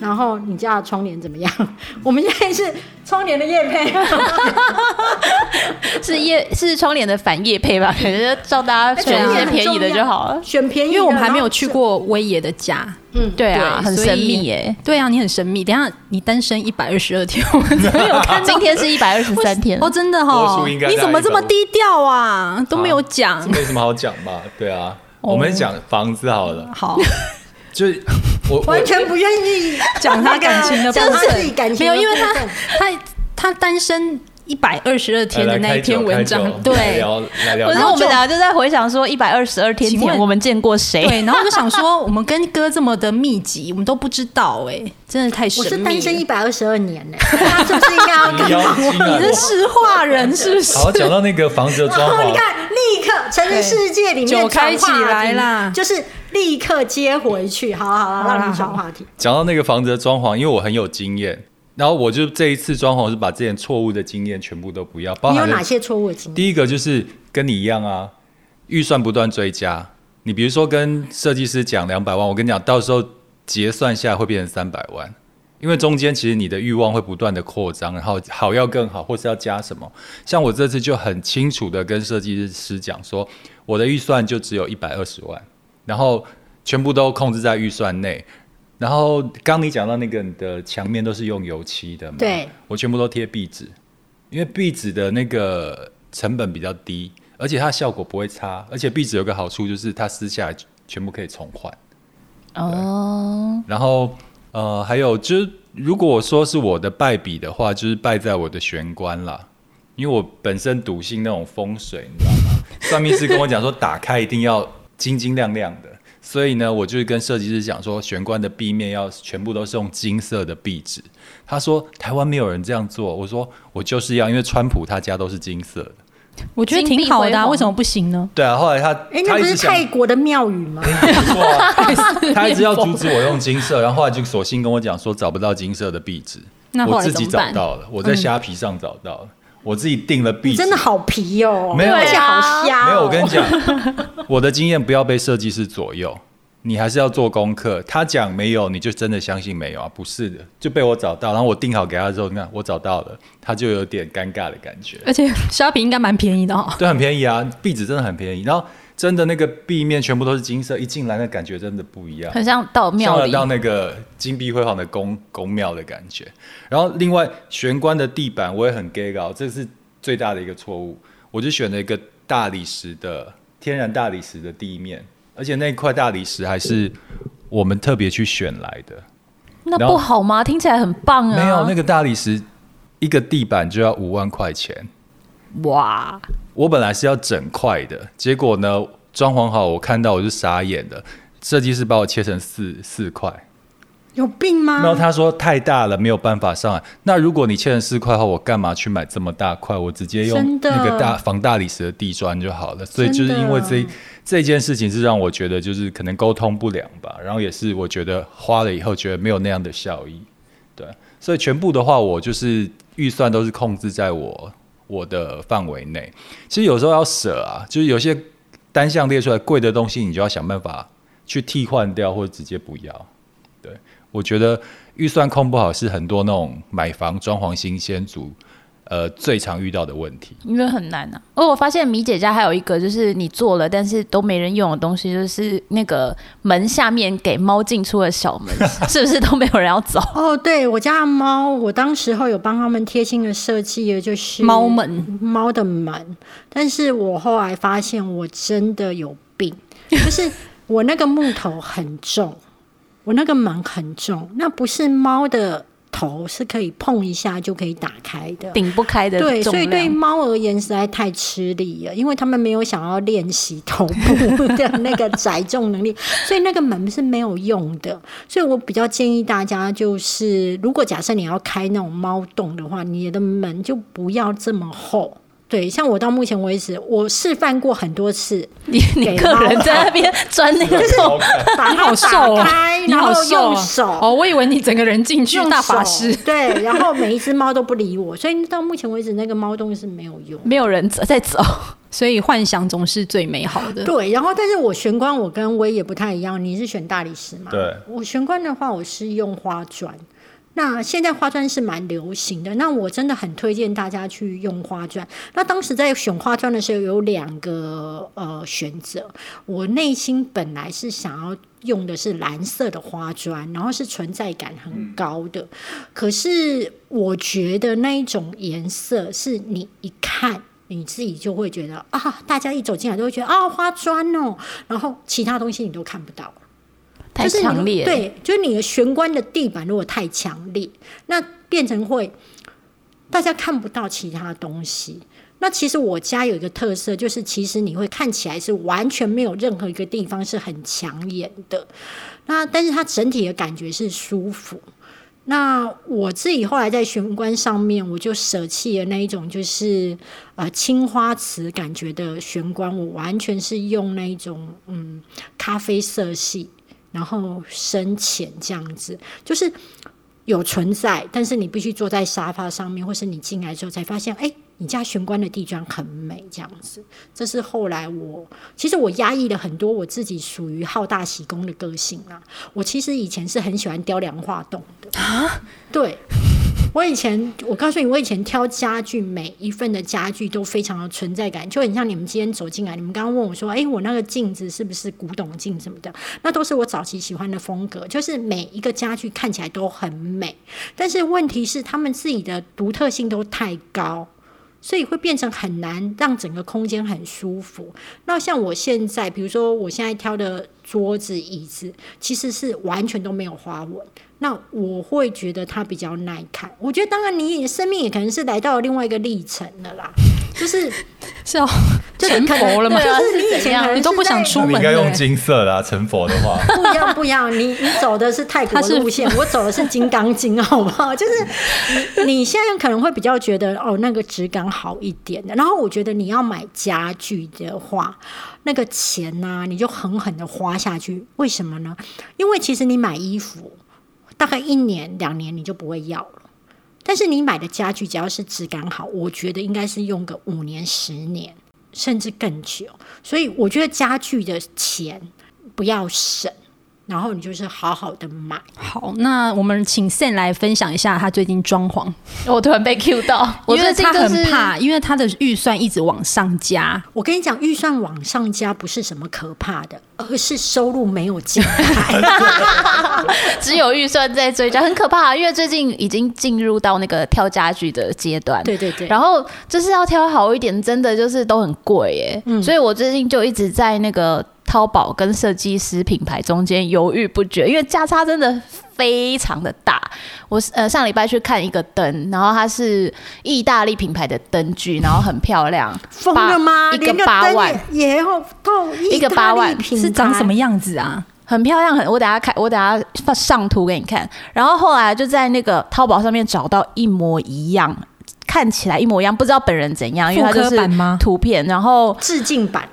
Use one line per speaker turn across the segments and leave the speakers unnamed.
然后你家的窗帘怎么样？ 我们现在是窗帘的叶 配，
啊
是夜是窗帘的反夜配 吧？感觉叫大家选一些便宜的就好了。
选便宜的，
因为我们还没有去过威爷的家，
嗯
对啊，很
所以
神秘 耶、
对啊，你很神秘。等一下你单身一百二十二天，我 怎么有看到？
今天是一百二十三天，
哦，真的
多
哦
数应该，在
你怎么这么低调啊？都没有讲。
这没什么好讲吧？对啊，我们讲房子好了，
好，
就是我我
完全不愿意
讲他感情 的 部
讲
分
他自己感情的
没有，因为他
部分
他他单身一百二十二天的那一篇文章，
来
对
聊来聊
可是
天，
我们俩就在回想说，一百二十二天
请
前
问
我们见过谁？
对，然后我就想说，我们跟哥这么的密集，我们都不知道哎，真的太神
我
秘了。
是单身一百二十二年呢、他是不是应该要跟
你妖
我？
精啊！
你是石化人是不是？
好，讲到那个房子的装
然 后你
潢，
看，立刻成人世界里面
酒开
转话
起来
题
啦
就是立刻接回去。好了好了，
好啦
让你转话题。
讲到那个房子的装潢，因为我很有经验，然后我就这一次装潢是把之前错误的经验全部都不要，包
你有
含了
哪些错误的经验？
第一个就是跟你一样啊，预算不断追加。你比如说跟设计师讲两百万，我跟你讲，到时候结算下来会变成三百万，因为中间其实你的欲望会不断的扩张，然后好要更好，或是要加什么。像我这次就很清楚的跟设计师讲说，我的预算就只有一百二十万，然后全部都控制在预算内。然后刚你讲到那个你的墙面都是用油漆的嘛，
对，
我全部都贴壁纸，因为壁纸的那个成本比较低，而且它效果不会差，而且壁纸有个好处就是它撕下来全部可以重换。
哦，
然后呃，还有就是，如果说是我的败笔的话，就是败在我的玄关啦，因为我本身笃信那种风水，你知道吗？算命师跟我讲说，打开一定要晶晶亮亮的。所以呢，我就是跟设计师讲说，玄关的壁面要全部都是用金色的壁纸。他说台湾没有人这样做，我说我就是要，因为川普他家都是金色的。
我觉得挺
金
好
碧
的、
辉
啊，
煌
为什么不行呢？
对啊，后来他
哎、那
他一
不
直
是
想
泰国的庙宇吗？
不错啊，他一直要阻止我用金色，然后后来就索性跟我讲说找不到金色的壁纸，
那后
我
来
自己
怎么办
找
嗯
到了，我在虾皮上找到了，我自己订了壁
你
纸，
真的好皮哦、
没有
而且
啊
好瞎、哦
没有，我跟你讲， 我的经验不要被设计师左右，你还是要做功课。他讲没有，你就真的相信没有啊？不是的，就被我找到，然后我订好给他之后，你看我找到了，他就有点尴尬的感 觉。
而且虾皮应该蛮便宜的哦。
对，很便宜啊，壁纸真的很便宜。然后真的那个壁面全部都是金色，一进来那感觉真的不一样。
很像到
上
庙
了
里，
到那个金碧辉煌的宫宫庙的感觉。然后另外玄关的地板我也很 gay 搞，这是最大的一个错误。我就选了一个大理石的天然大理石的地面，而且那块大理石还是我们特别去选来的，
那
然后
不好吗？听起来很棒啊！
没有那个大理石一个地板就要五万块钱。
哇，
我本来是要整块的，结果呢，装潢好我看到我就傻眼了，设计师把我切成四四块。
有病吗？
然后他说太大了，没有办法上来。那如果你切成四块后，我干嘛去买这么大块？我直接用
真的
那个大防大理石的地砖就好了。所以
真
就
的
是因为这这件事情，是让我觉得就是可能沟通不良吧。然后也是我觉得花了以后觉得没有那样的效益，对。所以全部的话，我就是预算都是控制在我我的范围内。其实有时候要舍啊，就是有些单项列出来贵的东西，你就要想办法去替换掉，或者直接不要。对，我觉得预算控不好是很多那种买房装潢新鲜族，呃，最常遇到的问题。
因为很难啊。而我发现米姐家还有一个，就是你做了但是都没人用的东西，就是那个门下面给猫进出的小 门，是不是都没有人要走？
哦，对我家的猫，我当时候有帮他们贴心的设计的就是
猫门，
猫的门，但是我后来发现我真的有病，就是我那个木头很重，我那个门很重，那不是猫的头是可以碰一下就可以打开的，
顶不开的
对，
重
所以对
量
猫而言实在太吃力了，因为他们没有想要练习头部 的那个载重能力，所以那个门是没有用的。所以我比较建议大家，就是如果假设你要开那种猫洞的话，你的门就不要这么厚。对，像我到目前为止，我示范过很多次，
你你
给
个
猫
人在 那边钻那个洞，
把
你好
它
瘦
打
哦
开，，
你
然
好
后
瘦
用
哦
手
哦，我以为你整个人进去
用
大法
手，
师
对，然后每一只猫都不理我，所以到目前为止那个猫洞是没有用。
没有人走在走。
所以幻想总是最美好的。
对，然后但是我玄关我跟威也不太一样，你是选大理石嘛？
对
我玄关的话我是用花砖。那现在花砖是蛮流行的，那我真的很推荐大家去用花砖。那当时在选花砖的时候，有两个呃选择。我内心本来是想要用的是蓝色的花砖，然后是存在感很高的。可是我觉得那一种颜色是你一看。你自己就会觉得啊，大家一走进来都会觉得啊，花砖哦，然后其他东西你都看不到，
太
就是你
强烈了，
对，就是你的玄关的地板如果太强烈，那变成会大家看不到其他东西。那其实我家有一个特色，就是其实你会看起来是完全没有任何一个地方是很抢眼的，那但是它整体的感觉是舒服。那我自己后来在玄关上面，我就舍弃了那一种就是呃青花瓷感觉的玄关，我完全是用那一种嗯咖啡色系，然后深浅这样子，就是有存在，但是你必须坐在沙发上面，或是你进来之后才发现，哎、你家玄关的地砖很美，这样子。这是后来我其实我压抑了很多我自己属于好大喜功的个性啊。我其实以前是很喜欢雕梁画栋的啊， 对。我以前，我告诉你，我以前挑家具，每一份的家具都非常有存在感，就很像你们今天走进来，你们刚刚问我说，诶，我那个镜子是不是古董镜什么的？那都是我早期喜欢的风格，就是每一个家具看起来都很美，但是问题是他们自己的独特性都太高。所以会变成很难让整个空间很舒服。那像我现在，比如说我现在挑的桌子、椅子，其实是完全都没有花纹。那我会觉得它比较耐看。我觉得当然你也生命也可能是来到了另外一个历程了啦，就是
是哦，
就是
成
可能
佛了吗
就？
啊
是
是
你以
怎
前
样
可能
你都不
是
想
在
出
那你应
门
该
了
用
欸。
金色的、啊，成佛的 话，
不一样，不一样。你你走的是泰国
他是
路线，我走的是金刚经，好不好？ 就是你你现在可能会比较觉得哦，那个质感好一点的。然后我觉得你要买家具的话，那个钱呐、你就狠狠的花下去。为什么呢？因为其实你买衣服大概一年两年你就不会要了。但是你买的家具，只要是质感好，我觉得应该是用个五年、十年，甚至更久。所以我觉得家具的钱不要省，然后你就是好好的买。
好，那我们请 Sen 来分享一下他最近装潢，
我突然被 Q 到，我
因为
最近
他
就
很
是
怕，因为他的预算一直往上加。
我跟你讲，预算往上加不是什么可怕的，而是收入没有进来。
只有预算在追加，很可怕、啊因为最近已经进入到那个挑家具的阶段。
对对对
然后就是要挑好一点，真的就是都很贵耶。
嗯
所以我最近就一直在那个淘宝跟设计师品牌中间犹豫不决，因为价差真的非常的大。我呃上礼拜去看一个灯，然后它是意大利品牌的灯具，然后很漂亮，
疯
八
了吗？
一个
连个
八
灯
万。
也也要到
一个八万
是长什么？样子啊？
很漂亮，很我等下看，我等下放上图给你看。然后后来就在那个淘宝上面找到一模一样，看起来一模一样，不知道本人怎样，因为它就
复刻版
是
吗
图片，然后
致敬版。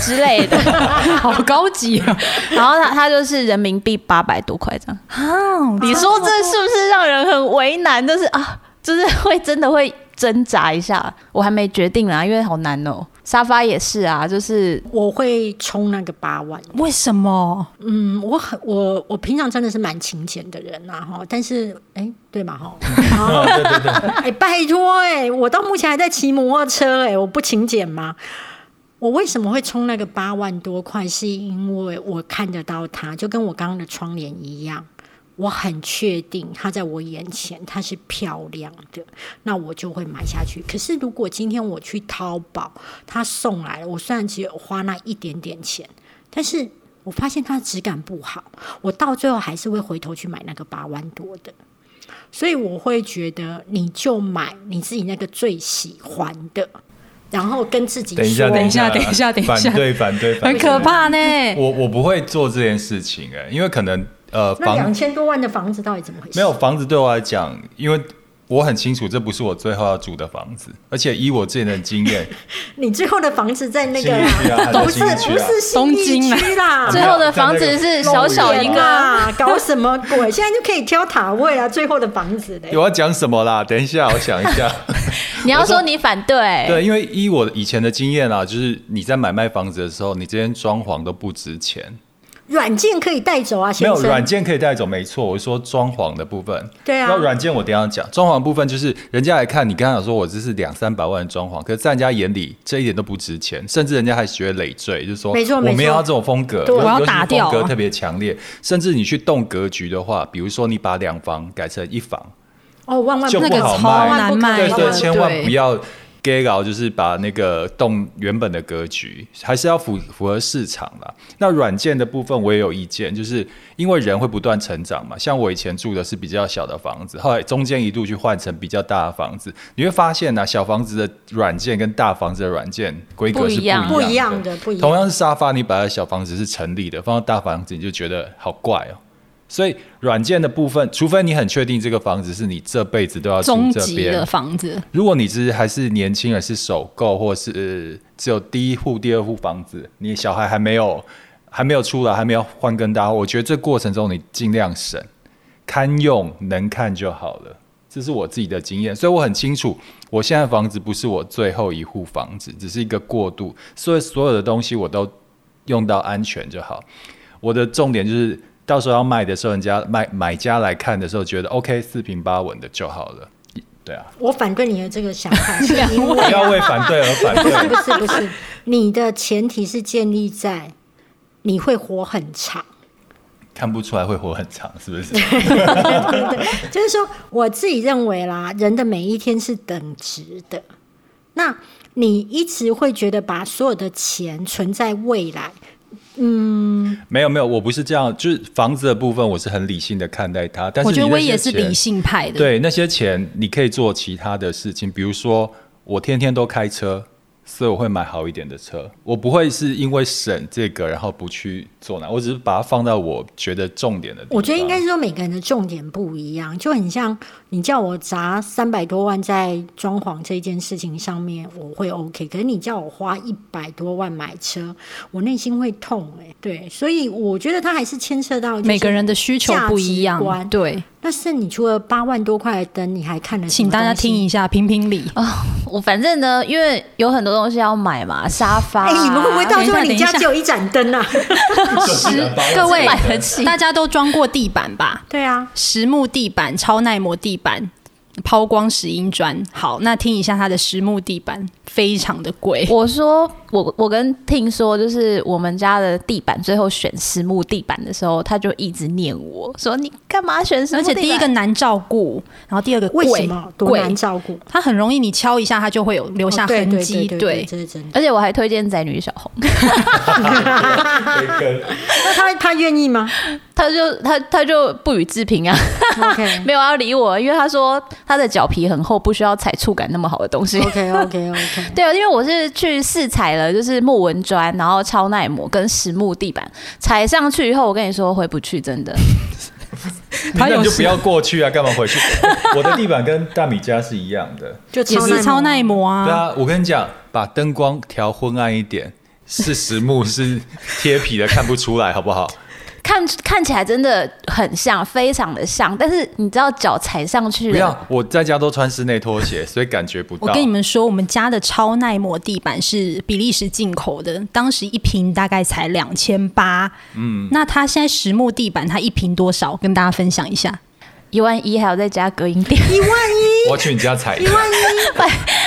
之类的。
好高级哦！
然后它它就是人民币八百多块这样。
啊
你说这是不是让人很为难？就是啊，就是会真的会挣扎一下。我还没决定啦，因为好难哦、沙发也是啊，就是
我会冲那个八万。
为什么？
嗯，我很我我平常真的是蛮勤俭的人啊哈，但是哎、对嘛哈，
对对对，
哎、拜托哎、我到目前还在骑摩托车哎、我不勤俭吗？我为什么会充那个八万多块？是因为我看得到它，就跟我刚刚的窗帘一样，我很确定它在我眼前，它是漂亮的，那我就会买下去。可是如果今天我去淘宝，它送来了，我虽然只有花那一点点钱，但是我发现它的质感不好，我到最后还是会回头去买那个八万多的。所以我会觉得，你就买你自己那个最喜欢的，然后跟自己说。
等一下，
等一下等一下
反对反对，反
很
对
可怕呢。
我我不会做这件事情哎、因为可能呃
那两
房
千多万的房子到底怎么回事？
没有，房子对我来讲，因为我很清楚这不是我最后要住的房子，而且以我自己的经验，
你最后的房子在那个
信义 区啊
不是
还在信义区啊
不是
东
信义
京啊
区啦，
最后的房子是小小一
天
个，
啊，搞什么鬼？现在就可以挑塔位啊，最后的房子嘞
我。要讲什么啦？等一下，我想一 下。
你要说你反对，
对，因为依我以前的经验啊，就是你在买卖房子的时候，你这间装潢都不值钱，
软件可以带走啊，
没
先
有
生。
软件可以带走，没错。我是说装潢的部分，
对啊
那软件我等一下讲，装潢的部分就是人家来看你，刚刚讲说我这是两三百万的装潢，可是在人家眼里这一点都不值钱，甚至人家还觉得累赘，就是说
没错没
我
错
没有要这种风格，
对
尤
我要
尤其是
打掉
风格特别强烈，甚至你去动格局的话，比如说你把两房改成一房，
哦，万万
就
不
不
可
好
万万
卖
不可
对
对
那
对，
个
千
对
万不要 gay 搞，就是把那个动原本的格局，还是要符符合市场啦。那软件的部分我也有意见，就是因为人会不断成长嘛。像我以前住的是比较小的房子，后来中间一度去换成比较大的房子，你会发现呢、啊小房子的软件跟大房子的软件规格
不
是
一样
不
不一样
的
的，不一
同
样。
样是沙发，你摆在小房子是成立的，放到大房子你就觉得好怪哦。所以软件的部分，除非你很确定这个房子是你这辈子都要住
终
这
极的
边。
房子，
如果你只是还是年轻人，是首购，或是、呃只有第一户、第二户房子，你小孩还没有还没有出来，还没有换更大户，我觉得这过程中你尽量省，堪用能看就好了。这是我自己的经验，所以我很清楚，我现在的房子不是我最后一户房子，只是一个过渡，所以所有的东西我都用到安全就好。我的重点就是，到时候要卖的时候，人家卖买家来看的时候，觉得 OK 四平八稳的就好了。对啊，
我反对你的这个想法，是因为
不要为反对而反
不是
对。
不是不是，你的前提是建立在你会活很长。
看不出来会活很长，是不是？
就是说，我自己认为啦，人的每一天是等值的。那你一直会觉得把所有的钱存在未来，
没有没有，我不是这样。就是房子的部分，我是很理性的看待它。但是
我觉得
你那
我也
些
是
钱
理性派的。
对，那些钱你可以做其他的事情，比如说我天天都开车，所以我会买好一点的车。我不会是因为省这个然后不去做那，我只是把它放到我觉得重点的地方。
我觉得应该是说每个人的重点不一样，就很像你叫我砸三百多万在装潢这件事情上面，我会 OK。可是你叫我花一百多万买车，我内心会痛哎、对，所以我觉得它还是牵涉到、就是、
每个人的需求不一
价值观
样，对，
那是你除了八万多块的灯，你还看了什
请
么东西？
大家听一下，评评理。
哦我反正呢，因为有很多东西要买嘛，沙发、啊
哎、你们会不会到最后你家
等一下
只有一盏灯啊？
是啊
各位
买得起
大家都装过地板吧？
对啊，
实木地板、超耐磨地板、抛光石英砖。好，那听一下它的实木地板，非常的
哦
贵。
我说，我我跟听说，就是我们家的地板最后选实木地板的时候，他就一直念我说：“你干嘛选实
而
木地
且
板？”
第一个难照顾，然后第二个
为
贵，
什么多
贵
难照顾？
它很容易你敲一下，它就会有留下
哦对
痕
对
迹。
对对，这是真的。
而且我还推荐宅女小红，
那他他愿意吗
他就他他就不予置评啊，
嗯
？OK
没有要理我，因为他说他的脚皮很厚，不需要踩触感那么好的东
哦
西。
OK OK OK，
对啊，因为我是去试踩了，就是木纹砖，然后超耐磨跟实木地板，踩上去以后，我跟你说回不去，真的。
那你就不要过去啊，干嘛回去？我的地板跟大米家是一样的。
就
也是超耐
磨。
磨
对
啊，
啊，我跟你讲，把灯光调昏暗一点，是实木是贴皮的，看不出来，好不好？
看看起来真的很像，非常的像，但是你知道脚踩上去
不
了，
要，我在家都穿室内拖鞋，所以感觉不
我
到
跟。你们说，我们家的超耐磨地板是比利时进口的，当时一瓶大概才两千八。嗯，那它现在实木地板，它一瓶多少？跟大家分享一下。
一万一还要再加隔音 垫，
一万一，
我要去你家踩，
一
我
万一，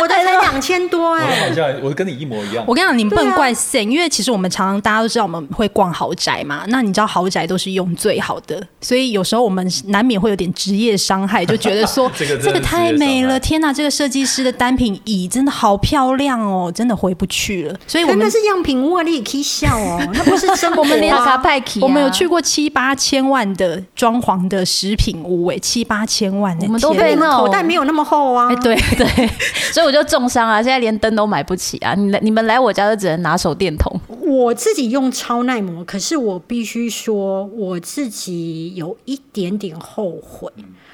我的才两千多
的
哎、
好像我跟你一模一样
我。跟你讲，你们不
对
能
啊
怪 Sen，、因为其实我们常常大家都知道我们会逛豪宅嘛，那你知道豪宅都是用最好的，所以有时候我们难免会有点职业伤害，就觉得说
这个真的是
个太美
职业伤
了，
害
天哪，这个设计师的单品椅真的好漂亮哦，真的回不去了。所以我
真
们
的是样品屋啊，你也可以笑哦，那不是真我
我们连
啊
卡。派奇、
我们有去，过七八千万的装潢的食品屋、诶，七八千万、欸，
我们都
天
被
你
那
们
种
口袋没有那么厚啊
哎、， 对对，
所以我就重伤啊，现在连灯都买不起啊！你来你们来我家就只能拿手电筒，
嗯
我自己用超耐磨，可是我必须说，我自己有一点点后悔，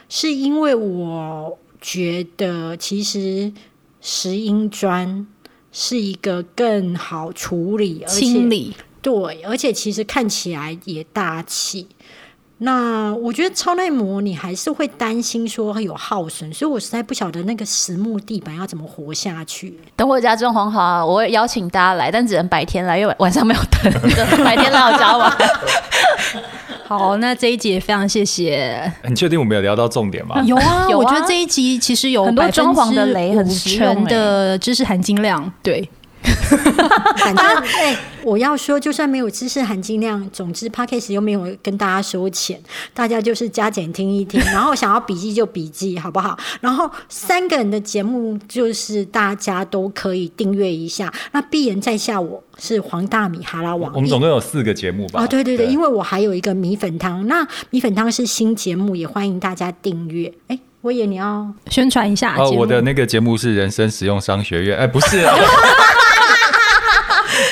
是因为我觉得其实石英砖是一个更好处理，而
清
且
理
对，而且其实看起来也大气。那我觉得超耐磨你还是会担心说有耗损，所以我实在不晓得那个实木地板要怎么活下去。
等我家装潢好啊，我会邀请大家来，但只能白天来，因为晚晚上没有灯， 就白天来我家玩。
好，那这一集也非常谢谢。
你确定我们有聊到重点吗？
有 啊，
有啊
我觉得这一集其实有
很多装潢的雷很欸
五
实用
成的知识含金量。 对，
反正哎、我要说，就算没有知识含金量，总之 p a c k a g e 又没有跟大家收钱，大家就是加减听一听，然后想要笔记就笔记，好不好？然后三个人的节目就是大家都可以订阅一下。那必言在下我是黄大米哈拉王，
我们总共有四个节目吧？
哦，对对对，因
为
为我还有一个米粉汤，那米粉汤是新节目，也欢迎大家订阅。哎，我也你要
宣传一下
哦，
节目
我的那个节目是人生实用商学院，哎，不是、啊。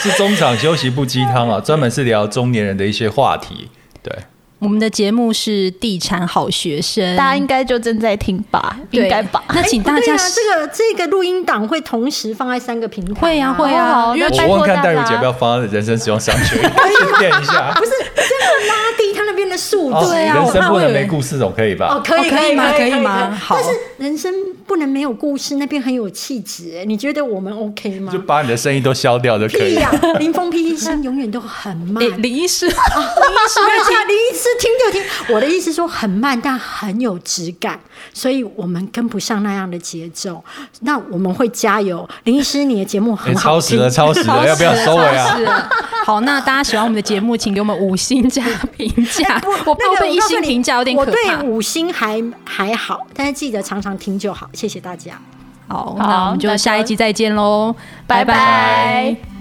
是中场休息不鸡汤啊，专门是聊中年人的一些话题。对，
我们的节目是地产好学生，
大家应该就正在听吧，
对
应该吧。哎
那请大家
对啊，这个这个录音档会同时放在三个平台、
会啊会啊
好好
因为
那拜
我问
托
看
大
戴如
家
姐不要放在人生实用商学院，去垫一下。
不是 这样拉低他那边的速度。
哦
对啊
人
我怕
生不
会
能
有
没
人
故事，总可以吧？
哦，可以
哦可以吗
可以
可以吗好
但是人生不能没有故事，那边很有气质。哎你觉得我们 OK 吗
就？把你的声音都消掉就可
屁
以。
呀、林峰 P 医生永远都很慢。
诶 林医 师，
没有 啊，林医师听就听。我的意思说很慢，但很有质感，所以我们跟不上那样的节奏。那我们会加油，林医师，你的节目
你
很好
哎超时
听。
了，超时了，要不要收尾
超
啊
时？了 好，那大家喜欢我们的节目，请给我们五星加评 价。我怕
那
我
个
被一
告诉
星
你
评价有点可
我对
怕。
五星还还好，但是记得常常听就好。谢谢大家。
好，那我们就下一集再见喽，
拜
拜拜
拜